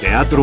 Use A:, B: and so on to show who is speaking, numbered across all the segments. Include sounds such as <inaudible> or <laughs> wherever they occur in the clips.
A: Teatro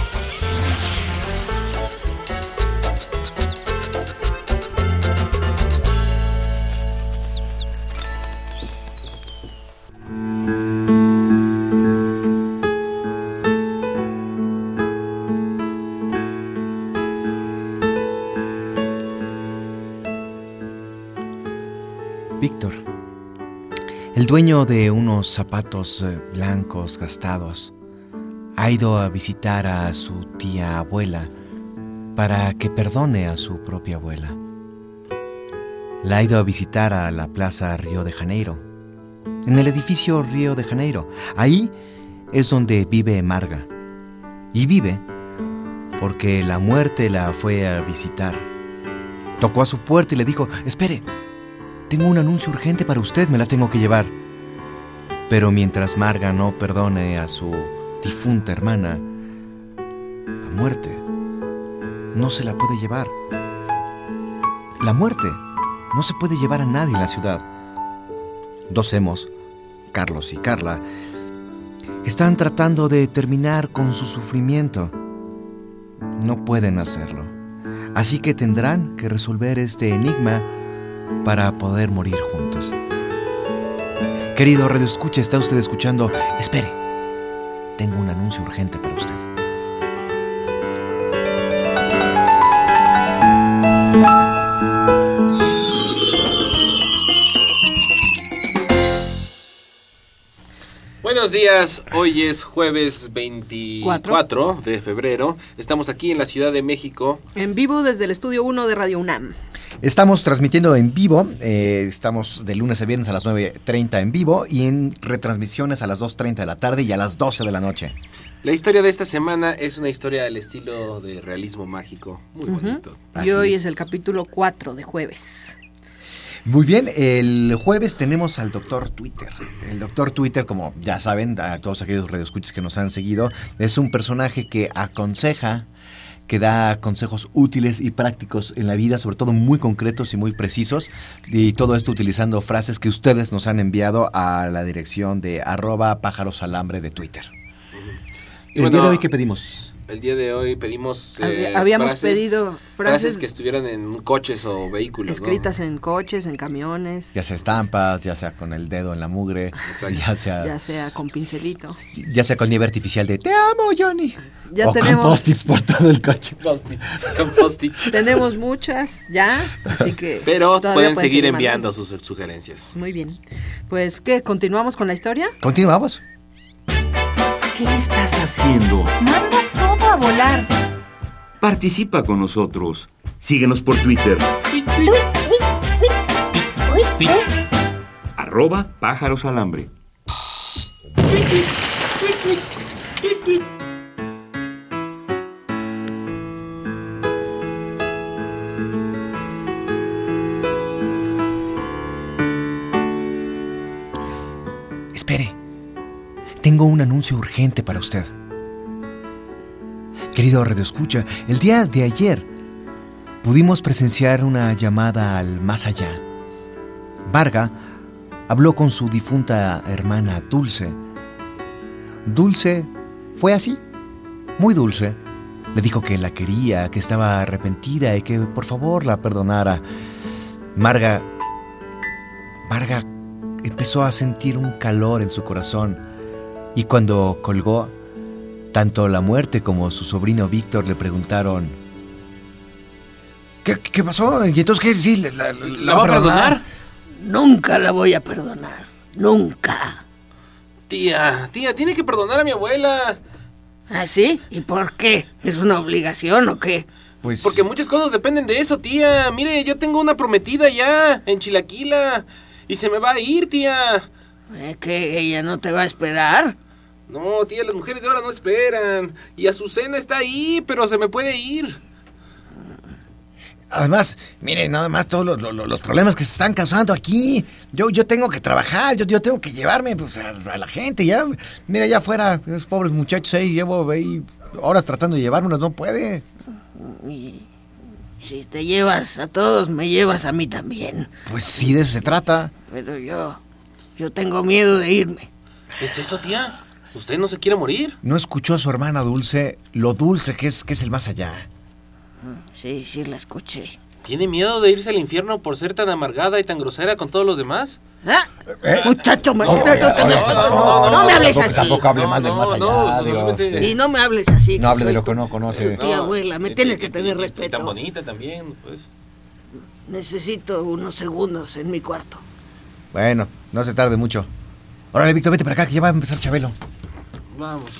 B: Víctor, el dueño de unos zapatos eh, blancos gastados, ha ido a visitar a su tía abuela para que perdone a su propia abuela. La ha ido a visitar a la Plaza Río de Janeiro, en el edificio Río de Janeiro. Ahí es donde vive Marga. Y vive porque la muerte la fue a visitar. Tocó a su puerta y le dijo, espere, tengo un anuncio urgente para usted, me la tengo que llevar. Pero mientras Marga no perdone a su difunta hermana, la muerte no se la puede llevar. La muerte no se puede llevar a nadie en la ciudad. Dos hemos, Carlos y Carla, están tratando de terminar con su sufrimiento. No pueden hacerlo. Así que tendrán que resolver este enigma para poder morir juntos. Querido Radio Escucha, está usted escuchando. Espere, tengo un anuncio urgente para usted.
C: Buenos días, hoy es jueves 24 de febrero. Estamos aquí en la Ciudad de México.
D: En vivo desde el estudio 1 de Radio UNAM.
B: Estamos transmitiendo en vivo, eh, estamos de lunes a viernes a las 9.30 en vivo y en retransmisiones a las 2.30 de la tarde y a las 12 de la noche.
C: La historia de esta semana es una historia al estilo de realismo mágico, muy bonito.
B: Así
D: Y hoy
B: es.
D: es el capítulo 4 de jueves.
B: Muy bien, el jueves tenemos al doctor Twitter. El doctor Twitter, como ya saben, a todos aquellos radioescuchas que nos han seguido, es un personaje que aconseja, que da consejos útiles y prácticos en la vida, sobre todo muy concretos y muy precisos. Y todo esto utilizando frases que ustedes nos han enviado a la dirección de arroba pájaros alambre de Twitter.
C: Y
B: el
C: bueno,
B: día de hoy, ¿qué pedimos?
C: El día de hoy pedimos eh,
D: Había- habíamos pedido
C: frases,
D: frases-
C: que estuvieran en coches o vehículos. ¿no?
D: Escritas en coches, en camiones,
B: Pues Ya sea estampas, ya sea con el dedo en la mugre,
C: Exacto.
B: ya sea...
D: ya sea con pincelito.
B: Ya sea con nieve artificial de te amo, Johnny.
D: Ya
B: o
D: tenemos-
B: con post-its por todo el coche.
C: Post-it, <laughs> con post-it.
D: Tenemos muchas ya, así
B: <laughs>
D: que...
C: Pero
D: todavía
C: pueden seguir enviando
D: mandando.
C: sus sugerencias.
D: Muy bien. Pues, ¿qué? ¿Continuamos con la historia?
B: Continuamos.
A: ¿Qué estás haciendo?
E: Manda todo a volar.
A: Participa con nosotros. Síguenos por Twitter. Arroba pájaros alambre.
B: Espere. Tengo un anuncio urgente para usted. Querido Radio Escucha, el día de ayer pudimos presenciar una llamada al más allá. Varga habló con su difunta hermana Dulce. Dulce fue así, muy dulce. Le dijo que la quería, que estaba arrepentida y que por favor la perdonara. Marga... Marga empezó a sentir un calor en su corazón y cuando colgó, tanto la muerte como su sobrino Víctor le preguntaron, ¿qué, qué pasó? ¿Y entonces qué? Sí, ¿La, la- la va a perdonar?
F: Nunca la voy a perdonar. Nunca.
C: Tía, tía, tiene que perdonar a mi abuela.
F: ¿Ah, sí? ¿Y por qué? ¿Es una obligación o qué?
B: Pues
C: Porque muchas cosas dependen de eso, tía. Mire, yo tengo una prometida ya en Chilaquila. Y se me va a ir, tía.
F: ¿Eh, ¿Que ella no te va a esperar?
C: No, tía, las mujeres de ahora no esperan. Y Azucena está ahí, pero se me puede ir.
B: además, miren, nada más todos los, los- los problemas que se están causando aquí. Yo, yo tengo que trabajar, yo, yo tengo que llevarme pues, a, a la gente. Ya, mira, allá afuera, esos pobres muchachos ahí, llevo ahí horas tratando de llevármelos, no puede.
F: ¿Y, Si te llevas a todos, me llevas a mí también.
B: Pues sí, de eso se trata.
F: Pero yo, yo tengo miedo de irme.
C: ¿Es eso, tía? ¿Usted no se quiere morir?
B: No escuchó a su hermana Dulce lo dulce que es, que es el más allá.
F: Sí, sí, la escuché.
C: ¿Tiene miedo de irse al infierno por ser tan amargada y tan grosera con todos los demás?
F: ¿Ah? Muchacho,
B: ¿Eh? No,
F: maldito,
B: oiga,
F: te-
B: oiga,
F: no,
C: no,
F: no me hables
C: tampoco-
F: así.
C: tampoco hable mal del más allá, Dios,
F: Y no me hables así.
B: No hable de
F: soy
B: lo que
F: tu-
B: no conoce.
F: tu tía abuela, me
C: y-
F: tienes
C: y-
F: que tener
C: y- y
F: respeto.
C: eh, tan bonita también, pues.
F: Necesito unos segundos en mi cuarto.
B: Bueno, no se tarde mucho. Órale, Víctor, vete para acá que ya va a empezar Chabelo.
C: Vamos.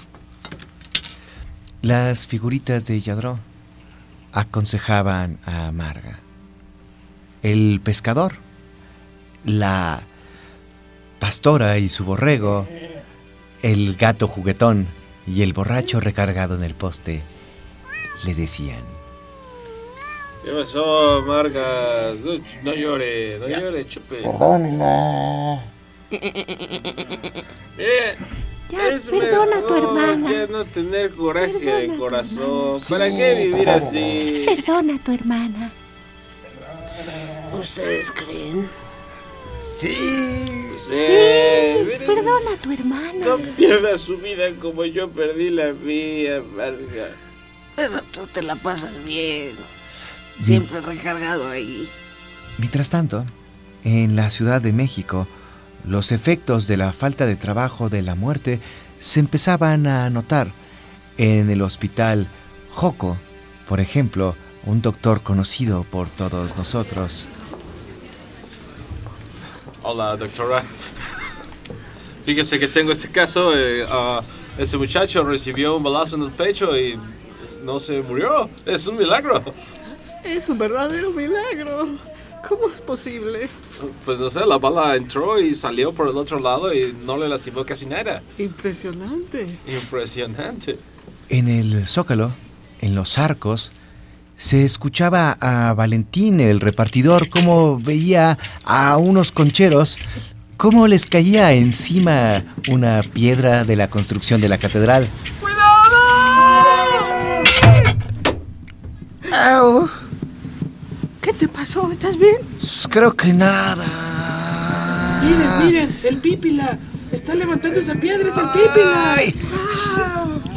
B: Las figuritas de Yadró aconsejaban a Marga. El pescador, la pastora y su borrego, el gato juguetón y el borracho recargado en el poste le decían.
C: ¿Qué pasó, Marga? No, ch- no llore, no llore, chupe.
G: Perdónenla.
C: Mire,
H: Ya,
C: es
H: perdona a tu
C: mejor
H: hermana.
C: Ya no tener coraje
H: Perdona a
C: de
H: tu
C: corazón. ¿Para qué vivir
G: por favor.
C: así?
H: Perdona a tu hermana.
F: ¿Ustedes creen?
G: Sí.
C: Sí, mire,
H: Perdona a tu hermana.
C: No pierda su vida como yo perdí la mía, Marga.
F: Pero tú te la pasas bien. Siempre recargado ahí.
B: Mientras tanto, en la Ciudad de México, los efectos de la falta de trabajo de la muerte se empezaban a notar. En el hospital Joco, por ejemplo, un doctor conocido por todos nosotros.
C: Hola, doctora. Fíjese que tengo este caso. eh, ah, este muchacho recibió un balazo en el pecho y no se murió. Es un milagro.
D: Es un verdadero milagro. ¿Cómo es posible?
C: Pues no sé, la bala entró y salió por el otro lado y no le lastimó casi nada.
D: Impresionante.
C: Impresionante.
B: En el Zócalo, en los arcos, se escuchaba a Valentín, el repartidor, cómo veía a unos concheros, cómo les caía encima una piedra de la construcción de la catedral.
G: Au.
D: ¿Qué te pasó? ¿Estás bien?
B: Pues Creo que nada. Ah.
C: miren, el pípila. Está levantando esa piedra, es el pípila.
B: Ay,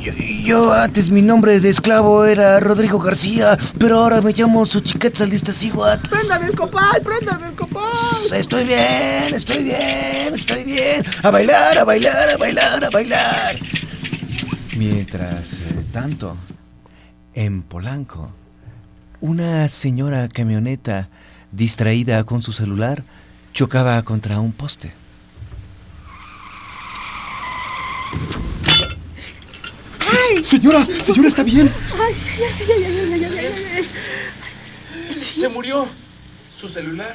B: yo, yo antes mi nombre de esclavo era Rodrigo García, pero ahora me llamo Suchiquetzalistasihuat.
D: Ah. ¡Préndame el copal! ¡Préndame el copal!
B: Estoy bien, estoy bien, estoy bien. A bailar, a bailar, a bailar, a bailar. Mientras eh, tanto, en Polanco, una señora camioneta distraída con su celular chocaba contra un poste. Señora, señora, está bien.
C: Se murió. Su celular.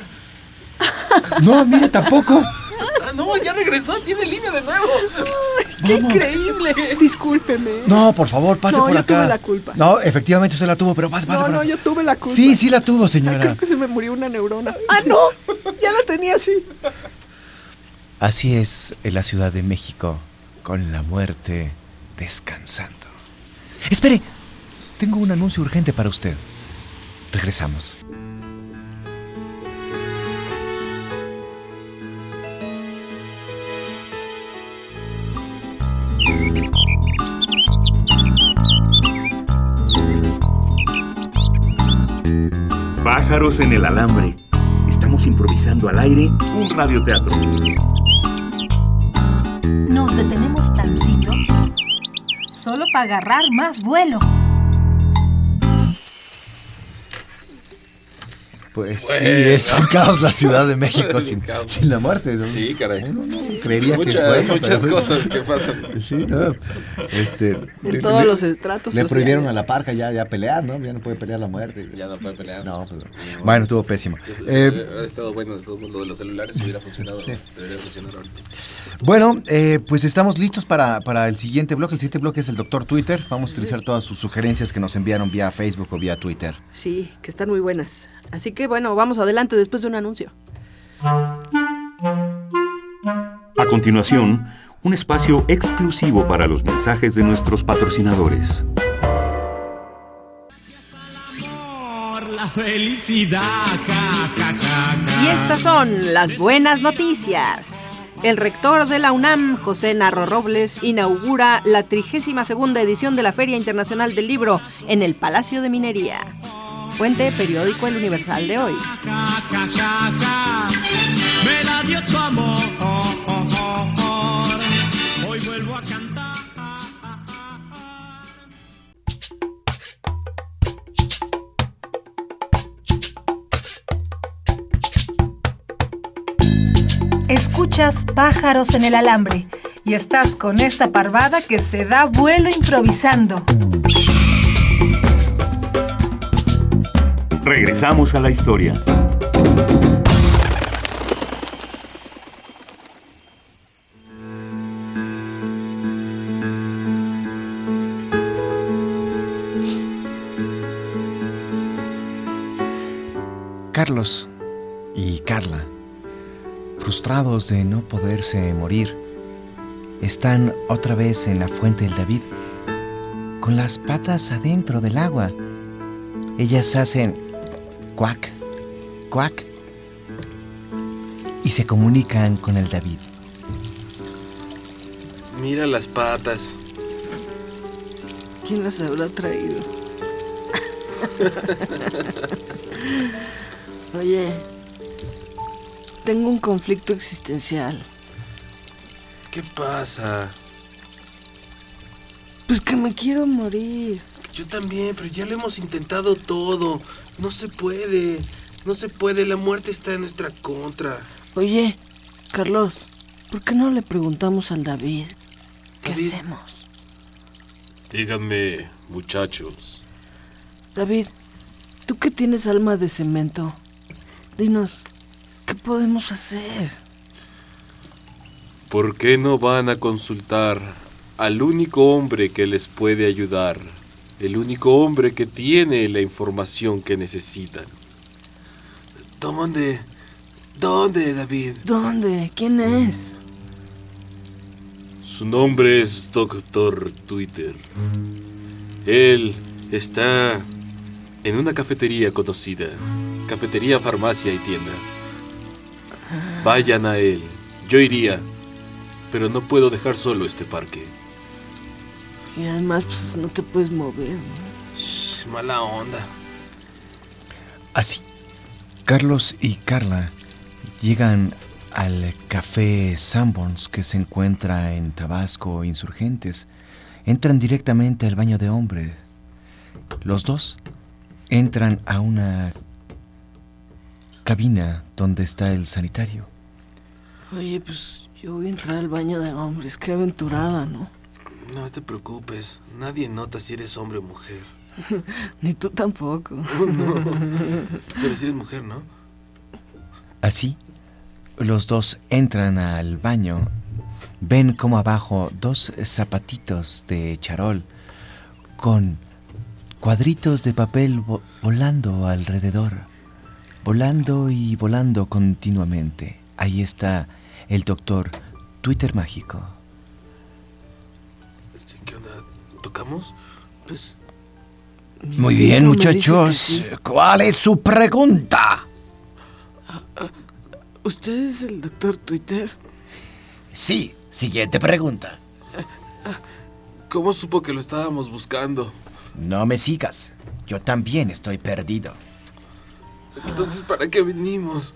B: No, mire, tampoco.
C: Ah, no, ya regresó. Tiene línea de nuevo.
D: ¡Qué increíble! Discúlpeme.
B: No, por favor, pase
D: No,
B: por
D: yo
B: acá.
D: tuve la culpa.
B: No, efectivamente usted la tuvo, pero pase, pase
D: No,
B: por
D: no,
B: acá.
D: yo tuve la culpa.
B: Sí, sí la tuvo,
D: Ay,
B: señora.
D: creo que se me murió una neurona. ¡Ah, no! Ya la tenía así.
B: Así es en la Ciudad de México, con la muerte descansando. Espere, tengo un anuncio urgente para usted. Regresamos.
A: Pájaros en el alambre. Estamos improvisando al aire un radioteatro.
E: Nos detenemos tantito. Solo para agarrar más vuelo.
B: Pues sí,
C: Bueno.
B: es un caos la Ciudad
C: <laughs>
B: de México
C: Es un
B: sin,
C: caos.
B: sin la muerte. ¿no?
C: Sí, caray.
B: No, no, no, creería que
C: muchas
B: es bueno,
C: muchas
B: pero-
C: cosas que pasan.
B: Sí, no. Este,
D: En todos los estratos
B: Le
D: sociales.
B: prohibieron a la parca ya, ya pelear, ¿no? Ya no puede pelear la muerte.
C: Ya no puede pelear.
B: No, pues, bueno, estuvo pésimo.
C: Es- es-
B: Eh,
C: hubiera estado bueno de todo lo de los celulares hubiera funcionado. Debería funcionar ahorita.
B: Bueno, eh, pues estamos listos para, para el siguiente bloque. El siguiente bloque es el doctor Twitter. Vamos a utilizar todas sus sugerencias que nos enviaron vía Facebook o vía Twitter.
D: Sí, que están muy buenas. Así que bueno, vamos adelante después de un anuncio.
A: A continuación, un espacio exclusivo para los mensajes de nuestros patrocinadores.
I: Por la felicidad. Ja, ja, ja, ja.
J: Y estas son las buenas noticias. El rector de la UNAM, José Narro Robles, inaugura la 32 edición de la Feria Internacional del Libro en el Palacio de Minería. Fuente periódico El Universal de hoy.
I: Ja, ja, ja, ja. Me la dio tu amor. Hoy vuelvo a cantar.
E: Escuchas pájaros en el alambre y estás con esta parvada que se da vuelo improvisando.
A: Regresamos a la historia.
B: Carlos y Carla, frustrados de no poderse morir, están otra vez en la fuente del David, con las patas adentro del agua. Ellas hacen cuac, cuac, y se comunican con el David.
C: Mira las patas.
F: ¿Quién las
J: <laughs>
F: habrá traído? Oye, tengo un conflicto existencial.
C: ¿Qué pasa?
F: Pues que me quiero morir.
C: Yo también, pero ya lo hemos intentado todo. No se puede. No se puede. La muerte está en nuestra contra.
F: Oye, Carlos, ¿por qué no le preguntamos al David? ¿Qué
C: David.
F: hacemos?
C: Díganme, muchachos.
F: David, tú que tienes alma de cemento, dinos, ¿qué podemos hacer?
C: ¿Por qué no van a consultar al único hombre que les puede ayudar? El único hombre que tiene la información que necesitan. ¿Dónde? ¿Dónde, David?
F: ¿Dónde? ¿Quién es?
C: Su nombre es Doctor Twitter. Él está en una cafetería conocida. Cafetería, farmacia y tienda. Vayan a él. Yo iría. Pero no puedo dejar solo este parque.
F: Y además, pues no te puedes mover. ¿no?
C: mala onda.
B: Así. Carlos y Carla llegan al café Sanborns que se encuentra en Tabasco Insurgentes. Entran directamente al baño de hombres. Los dos entran a una cabina donde está el sanitario.
F: Oye, pues yo voy a entrar al baño de hombres. Qué aventurada, ¿no?
C: No te preocupes. Nadie nota si eres hombre o mujer.
F: Ni tú tampoco.
C: Pero si eres mujer, ¿no?
B: Así, los dos entran al baño, ven como abajo dos zapatitos de charol con cuadritos de papel vo- volando alrededor, volando y volando continuamente. Ahí está el doctor Twitter Mágico.
C: Sí, ¿Qué onda? ¿Tocamos?
F: Pues,
G: Muy bien,
F: Me dice que
G: muchachos.
F: sí.
G: ¿Cuál es su pregunta?
F: ¿Usted es el doctor Twitter?
G: Sí, siguiente pregunta.
C: ¿Cómo supo que lo estábamos buscando?
G: No me sigas. Yo también estoy perdido.
C: Entonces, ¿para qué vinimos?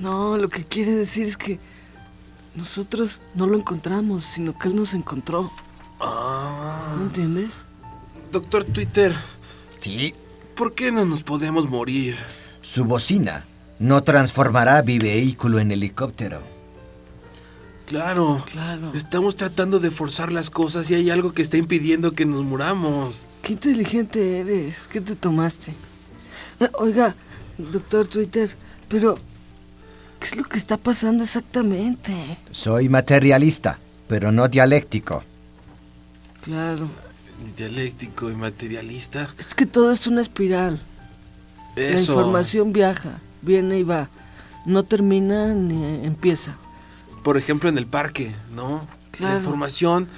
F: No, lo que quiere decir es que nosotros no lo encontramos, sino que él nos encontró.
C: Ah.
F: ¿No entiendes?
C: Doctor Twitter,
G: Sí,
C: ¿por qué no nos podemos morir?
G: su bocina no transformará mi vehículo en helicóptero.
C: Claro,
F: Claro.
C: estamos tratando de forzar las cosas y hay algo que está impidiendo que nos muramos.
F: Qué inteligente eres. ¿Qué te tomaste? Eh, Oiga, doctor Twitter, pero ¿qué es lo que está pasando exactamente?
G: Soy materialista, pero no dialéctico.
F: Claro.
C: Dialéctico y materialista.
F: Es que todo es una espiral. La
C: Eso.
F: información viaja, viene y va. No termina ni empieza.
C: Por ejemplo, en el parque, ¿no?
F: Claro.
C: La información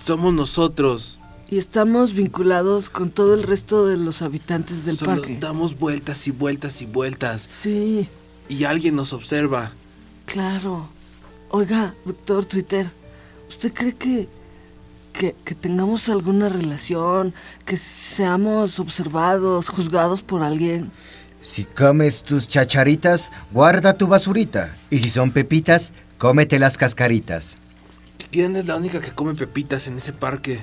C: somos nosotros
F: y estamos vinculados con todo el resto de los habitantes del
C: Solo
F: parque.
C: damos vueltas y vueltas y vueltas.
F: Sí.
C: Y alguien nos observa.
F: Claro. Oiga, doctor Twitter, ¿usted cree que, que, que tengamos alguna relación, que seamos observados, juzgados por alguien?
B: Si comes tus chacharitas, guarda tu basurita. Y si son pepitas, cómete las cascaritas.
C: ¿Quién es la única que come pepitas en ese parque?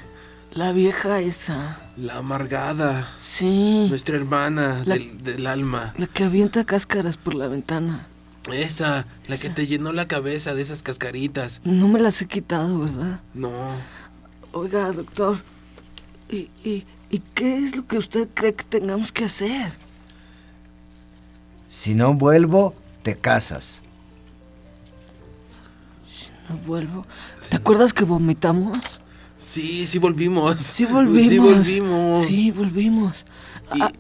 F: La vieja esa,
C: La amargada.
F: Sí.
C: Nuestra hermana
F: La-
C: del, del alma.
F: la que avienta cáscaras por la ventana.
C: Esa, la que te llenó la cabeza de esas cascaritas.
F: No me las he quitado, ¿verdad?
C: No.
F: Oiga, doctor, ¿y, y, y qué es lo que usted cree que tengamos que hacer?
B: Si no vuelvo, te casas.
F: No vuelvo. ¿Te acuerdas que vomitamos?
C: Sí, sí volvimos.
F: Sí volvimos.
C: Sí volvimos.
F: Sí, volvimos. A-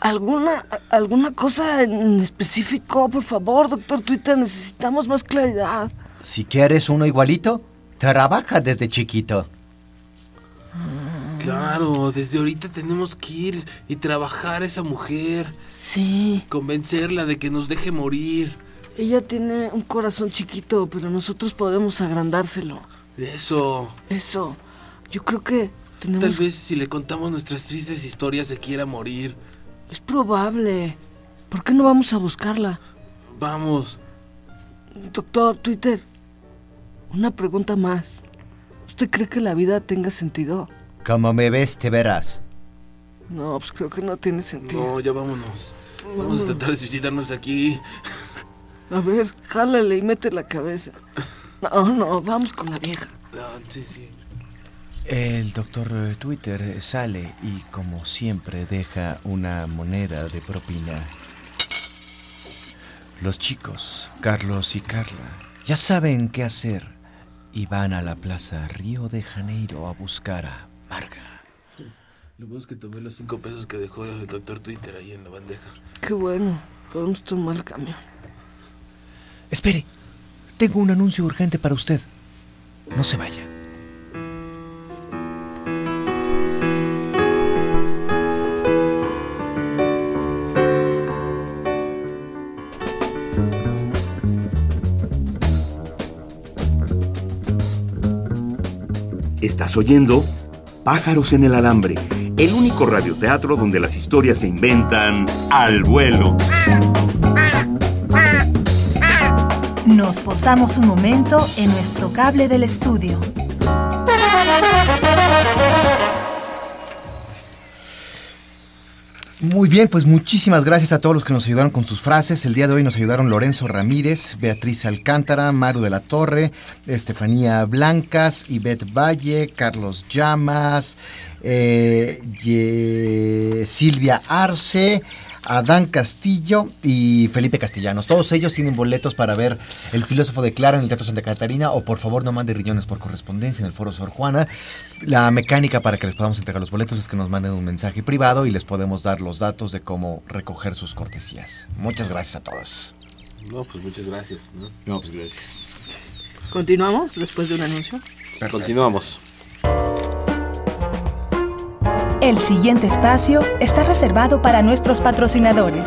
F: ¿Alguna, a- ¿Alguna cosa en específico? Por favor, doctor Twitter, necesitamos más claridad.
B: Si quieres uno igualito, trabaja desde chiquito.
C: Claro, desde ahorita tenemos que ir y trabajar a esa mujer.
F: Sí,
C: Convencerla de que nos deje morir.
F: ella tiene un corazón chiquito, pero nosotros podemos agrandárselo.
C: Eso.
F: Eso, yo creo que tenemos...
C: Tal vez si le contamos nuestras tristes historias se quiera morir.
F: Es probable. ¿Por qué no vamos a buscarla?
C: Vamos.
F: Doctor Twitter, una pregunta más. ¿Usted cree que la vida tenga sentido?
B: Como me ves, te verás.
F: No, pues creo que no tiene sentido.
C: No, ya vámonos. Vamos a tratar de suicidarnos aquí.
F: A ver, jálale y mete la cabeza. No, no, vamos con la vieja.
C: Ah, sí, sí.
K: El doctor eh, Twitter eh, sale y como siempre deja una moneda de propina. Los chicos, Carlos y Carla, ya saben qué hacer y van a la plaza Río de Janeiro a buscar a Marga.
C: Lo bueno es que tomé los cinco pesos que dejó el doctor Twitter ahí en la bandeja.
F: Qué bueno, podemos tomar el camión.
K: Espere, tengo un anuncio urgente para usted. No se vaya.
A: Estás oyendo Pájaros en el Alambre, el único radioteatro donde las historias se inventan al vuelo.
E: Nos posamos un momento en nuestro cable del estudio.
B: Muy bien, pues muchísimas gracias a todos los que nos ayudaron con sus frases. El día de hoy nos ayudaron Lorenzo Ramírez, Beatriz Alcántara, Maru de la Torre, Estefanía Blancas, Ivette Valle, Carlos Llamas, eh, Ye- Silvia Arce, Adán Castillo y Felipe Castellanos. Todos ellos tienen boletos para ver El filósofo de Clara en el Teatro Santa Catarina o por favor no mande riñones por correspondencia en el Foro Sor Juana. La mecánica para que les podamos entregar los boletos es que nos manden un mensaje privado y les podemos dar los datos de cómo recoger sus cortesías. Muchas gracias a todos.
L: No, pues muchas gracias. ¿no?
K: No, pues gracias.
J: Continuamos después de un anuncio.
L: Continuamos.
E: El siguiente espacio está reservado para nuestros patrocinadores.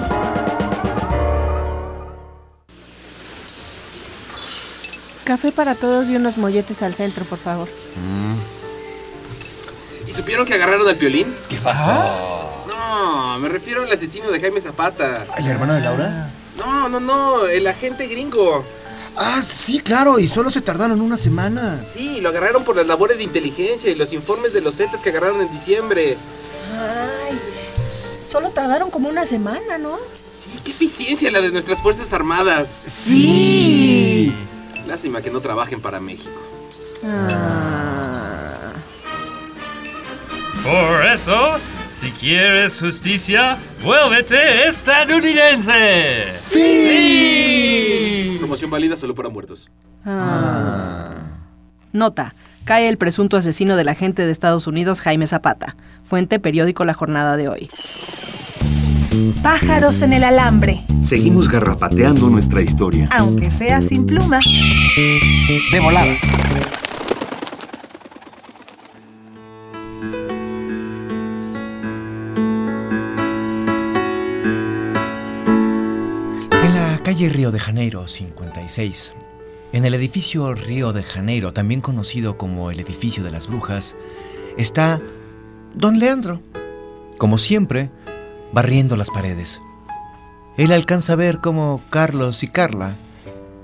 M: Café para todos y unos molletes al centro, por favor.
L: ¿Y supieron que agarraron al violín?
B: ¿Qué pasó?
L: No, me refiero al asesino de Jaime Zapata.
B: ¿El hermano de Laura?
L: No, no, no, el agente gringo.
B: Ah, sí, claro, y solo se tardaron una semana.
L: Sí, lo agarraron por las labores de inteligencia y los informes de los Zetas que agarraron en diciembre.
M: Ay, solo tardaron como una semana, ¿no?
L: Sí, qué eficiencia la de nuestras Fuerzas Armadas.
B: Sí.
L: Lástima que no trabajen para México.
M: Ah.
N: Por eso, si quieres justicia, vuélvete estadounidense.
L: ¡Sí! Promoción válida solo para muertos.
M: Ah.
J: Ah. Nota. Cae el presunto asesino del agente de Estados Unidos Jaime Zapata. Fuente periódico La Jornada de hoy.
E: Pájaros en el alambre,
A: Seguimos garrapateando nuestra historia.
E: aunque sea sin pluma.
A: De volada.
B: calle Río de Janeiro 56. En el edificio Río de Janeiro, también conocido como el edificio de las brujas, está don Leandro, como siempre, barriendo las paredes. Él alcanza a ver cómo Carlos y Carla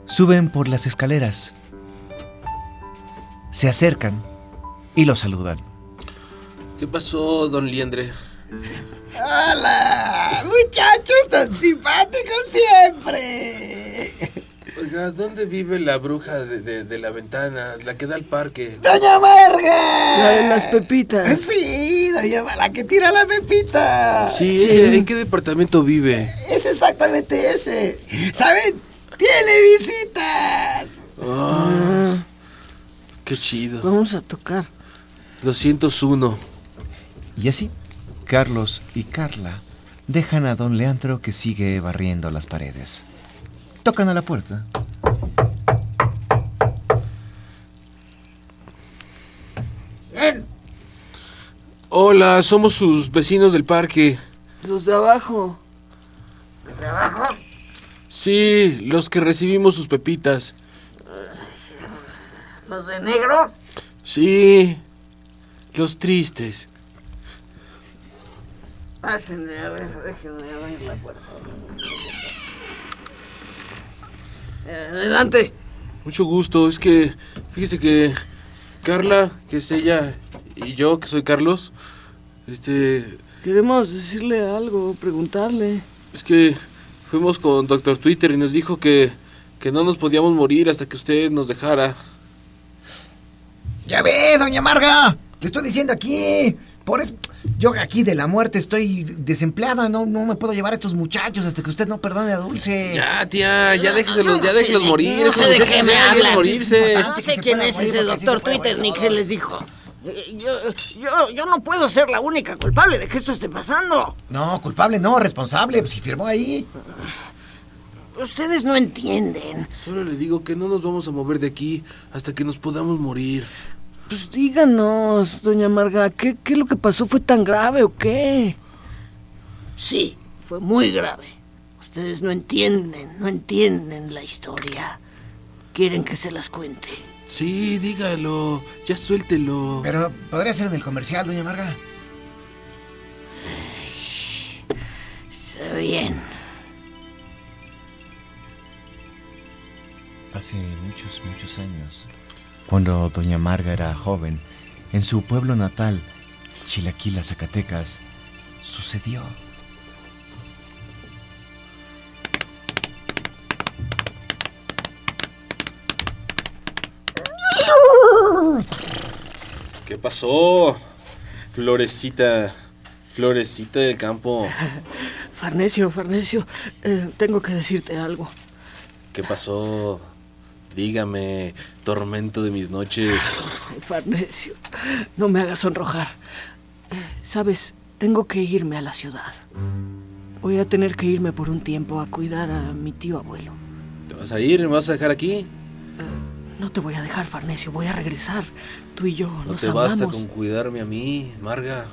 B: suben por las escaleras, se acercan y lo saludan.
O: ¿Qué pasó, don Liendre?
P: ¡Hola! ¡Muchachos tan simpáticos siempre!
C: Oiga, ¿dónde vive la bruja de, de- de la ventana? La que da al parque.
P: ¡Doña Marga!
C: La de las
P: pepitas. Sí, doña Marga, la que tira la pepita.
C: Sí, ¿en qué departamento vive?
P: Es exactamente ese. ¿Saben? ¡Tiene visitas!
C: Ah, qué chido.
Q: Vamos a tocar.
C: 201.
B: Y así, Carlos y Carla dejan a don Leandro que sigue barriendo las paredes. Tocan a la puerta.
C: Hola, somos sus vecinos del parque.
Q: Los de abajo.
C: Sí, los que recibimos sus pepitas.
F: ¿Los de negro?
C: Sí, los tristes.
F: Pásenle, a ver, déjenme abrir la puerta.
C: Adelante. Mucho gusto, es que fíjese que Carla, que es ella, y yo, que soy Carlos, este,
Q: Queremos decirle algo, preguntarle.
C: es que fuimos con Doctor Twitter y nos dijo que, que no nos podíamos morir hasta que usted nos dejara.
P: Ya ve, doña Marga. Te estoy diciendo aquí. Por eso, yo aquí de la muerte estoy desempleada. No, no me puedo llevar a estos muchachos hasta que usted no perdone a Dulce.
C: Ya, tía, ya déjeselos, ya déjelos morir.
F: No
C: esos
F: sé de
C: muchachos
F: qué me
C: ya quieren
F: hablas.
C: morirse.
F: No sé quién es ese doctor Twitter ni qué les dijo. Eh, Yo, yo, yo no puedo ser la única culpable de que esto esté pasando.
P: No, culpable no, responsable. pues, Si firmó ahí.
F: Ustedes no entienden.
C: Solo le digo que no nos vamos a mover de aquí hasta que nos podamos morir.
Q: Pues díganos, doña Marga, ¿qué, qué lo que pasó fue tan grave o qué?
F: Sí, fue muy grave. Ustedes no entienden, no entienden la historia. Quieren que se las cuente.
C: Sí, dígalo, ya suéltelo.
P: Pero podría ser en el comercial, doña Marga.
F: Está bien.
B: Hace muchos, muchos años, cuando doña Marga era joven, en su pueblo natal, Chilaquila, Zacatecas, sucedió.
O: ¿Qué pasó? Florecita, florecita del campo.
Q: Farnesio, Farnesio, eh, tengo que decirte algo.
C: ¿Qué pasó? Dígame, tormento de mis noches.
Q: Ay, Farnesio, no me hagas sonrojar. Eh, Sabes, tengo que irme a la ciudad. Voy a tener que irme por un tiempo a cuidar a mi tío abuelo.
C: ¿Te vas a ir? ¿Me vas a dejar aquí?
Q: No te voy a dejar, Farnesio, voy a regresar. Tú y yo
C: No
Q: nos
C: te
Q: amamos.
C: basta con cuidarme a mí, Marga.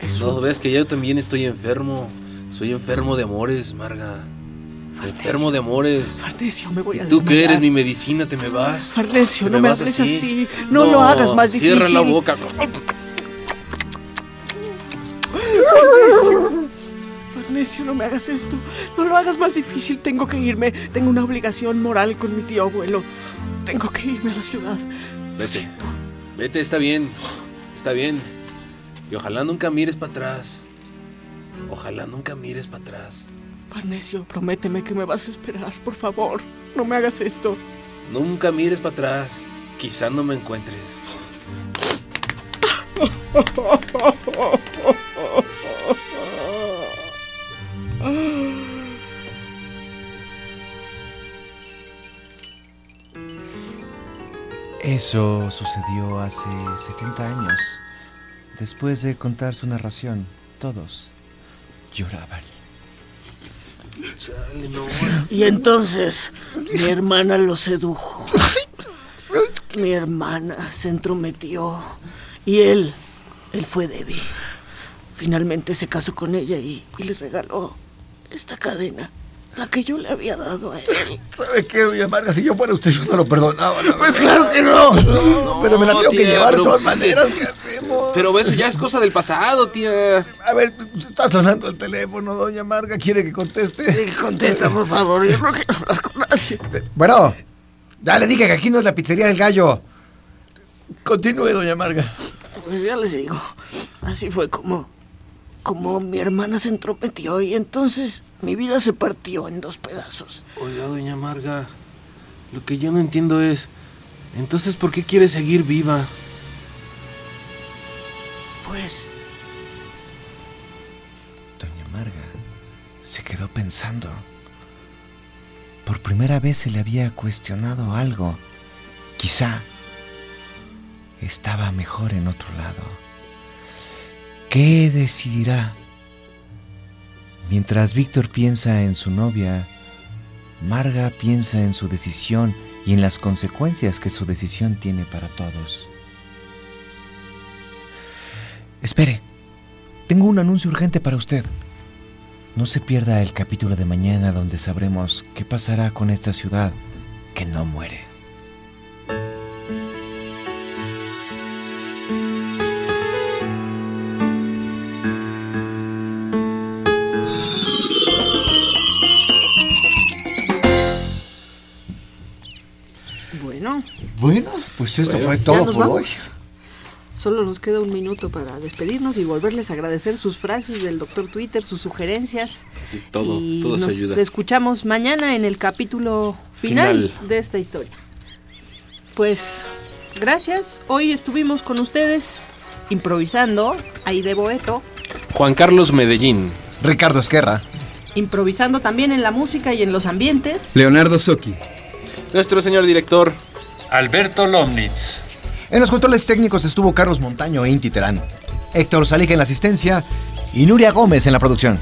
Q: Eso.
C: No ves que yo también estoy enfermo. Soy enfermo de amores, Marga. Enfermo de amores.
Q: Farnesio, me voy a
C: Tú que
Q: desmayar.
C: eres mi medicina, te me vas.
Q: Farnesio,
C: ¿Te
Q: no me
C: vas
Q: hables así. No lo hagas más
C: Cierra la
Q: difícil.
C: boca.
Q: Farnesio, Farnesio, no me hagas esto. No lo hagas más difícil. Tengo que irme. Tengo una obligación moral con mi tío abuelo. Tengo que irme a la ciudad.
C: Vete. Vete, está bien. Está bien. Y ojalá nunca mires para atrás. Ojalá nunca mires para atrás.
Q: Farnesio, prométeme que me vas a esperar, por favor. No me hagas esto.
C: Nunca mires para atrás. Quizá no me encuentres.
B: Eso sucedió hace 70 años. Después de contar su narración, todos lloraban.
Q: Y entonces, mi hermana lo sedujo. Mi hermana se entrometió. Y él, él fue débil. Finalmente se casó con ella y, y le regaló esta cadena. La que yo le había dado a él.
R: ¿Sabe qué, doña Marga? Si yo fuera usted, yo no lo perdonaba.
Q: Pues claro que no.
R: No, pero me la tengo que
S: tía,
R: llevar de
S: pero
R: todas
S: pues,
R: maneras.
S: sí.
R: ¿qué hacemos?
S: Pero eso ya es cosa del pasado, tía.
R: A ver, está sonando el teléfono, doña Marga. ¿Quiere que conteste?
Q: contesta, por favor. Yo no quiero hablar con nadie.
R: Bueno, ya le dije que aquí no es la pizzería del gallo. Continúe, doña Marga.
Q: Pues ya les digo, así fue como, como mi hermana se entrometió y entonces mi vida se partió en dos pedazos.
S: Oiga, doña Marga, lo que yo no entiendo es, entonces, ¿por qué quiere seguir viva?
Q: Pues
B: Doña Marga se quedó pensando. Por primera vez se le había cuestionado algo. Quizá estaba mejor en otro lado. ¿Qué decidirá? Mientras Víctor piensa en su novia, Marga piensa en su decisión y en las consecuencias que su decisión tiene para todos. Espere, tengo un anuncio urgente para usted. No se pierda el capítulo de mañana donde sabremos qué pasará con esta ciudad que no muere.
D: Bueno,
R: Bueno, pues esto
D: Bueno,
R: fue
D: ya
R: todo
D: nos
R: por
D: vamos.
R: hoy.
J: Solo nos queda un minuto para despedirnos y volverles a agradecer sus frases del doctor Twitter, sus sugerencias.
S: Sí, todo,
J: y
S: todo se
J: nos
S: ayuda.
J: escuchamos mañana en el capítulo final,
S: Final.
J: de esta historia. Pues gracias. Hoy estuvimos con ustedes improvisando, ahí de Boeto,
S: Juan Carlos Medellín.
G: Ricardo Esquerra.
J: improvisando también en la música y en los ambientes.
G: Leonardo Soki.
S: Nuestro señor director.
T: Alberto Lomnitz.
G: En los controles técnicos estuvo Carlos Montaño e Inti Terán. Héctor Salija en la asistencia y Nuria Gómez en la producción.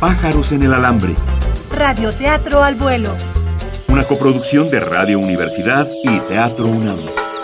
A: Pájaros en el alambre.
E: Radioteatro al vuelo.
A: Una coproducción de Radio Universidad y Teatro UNAM.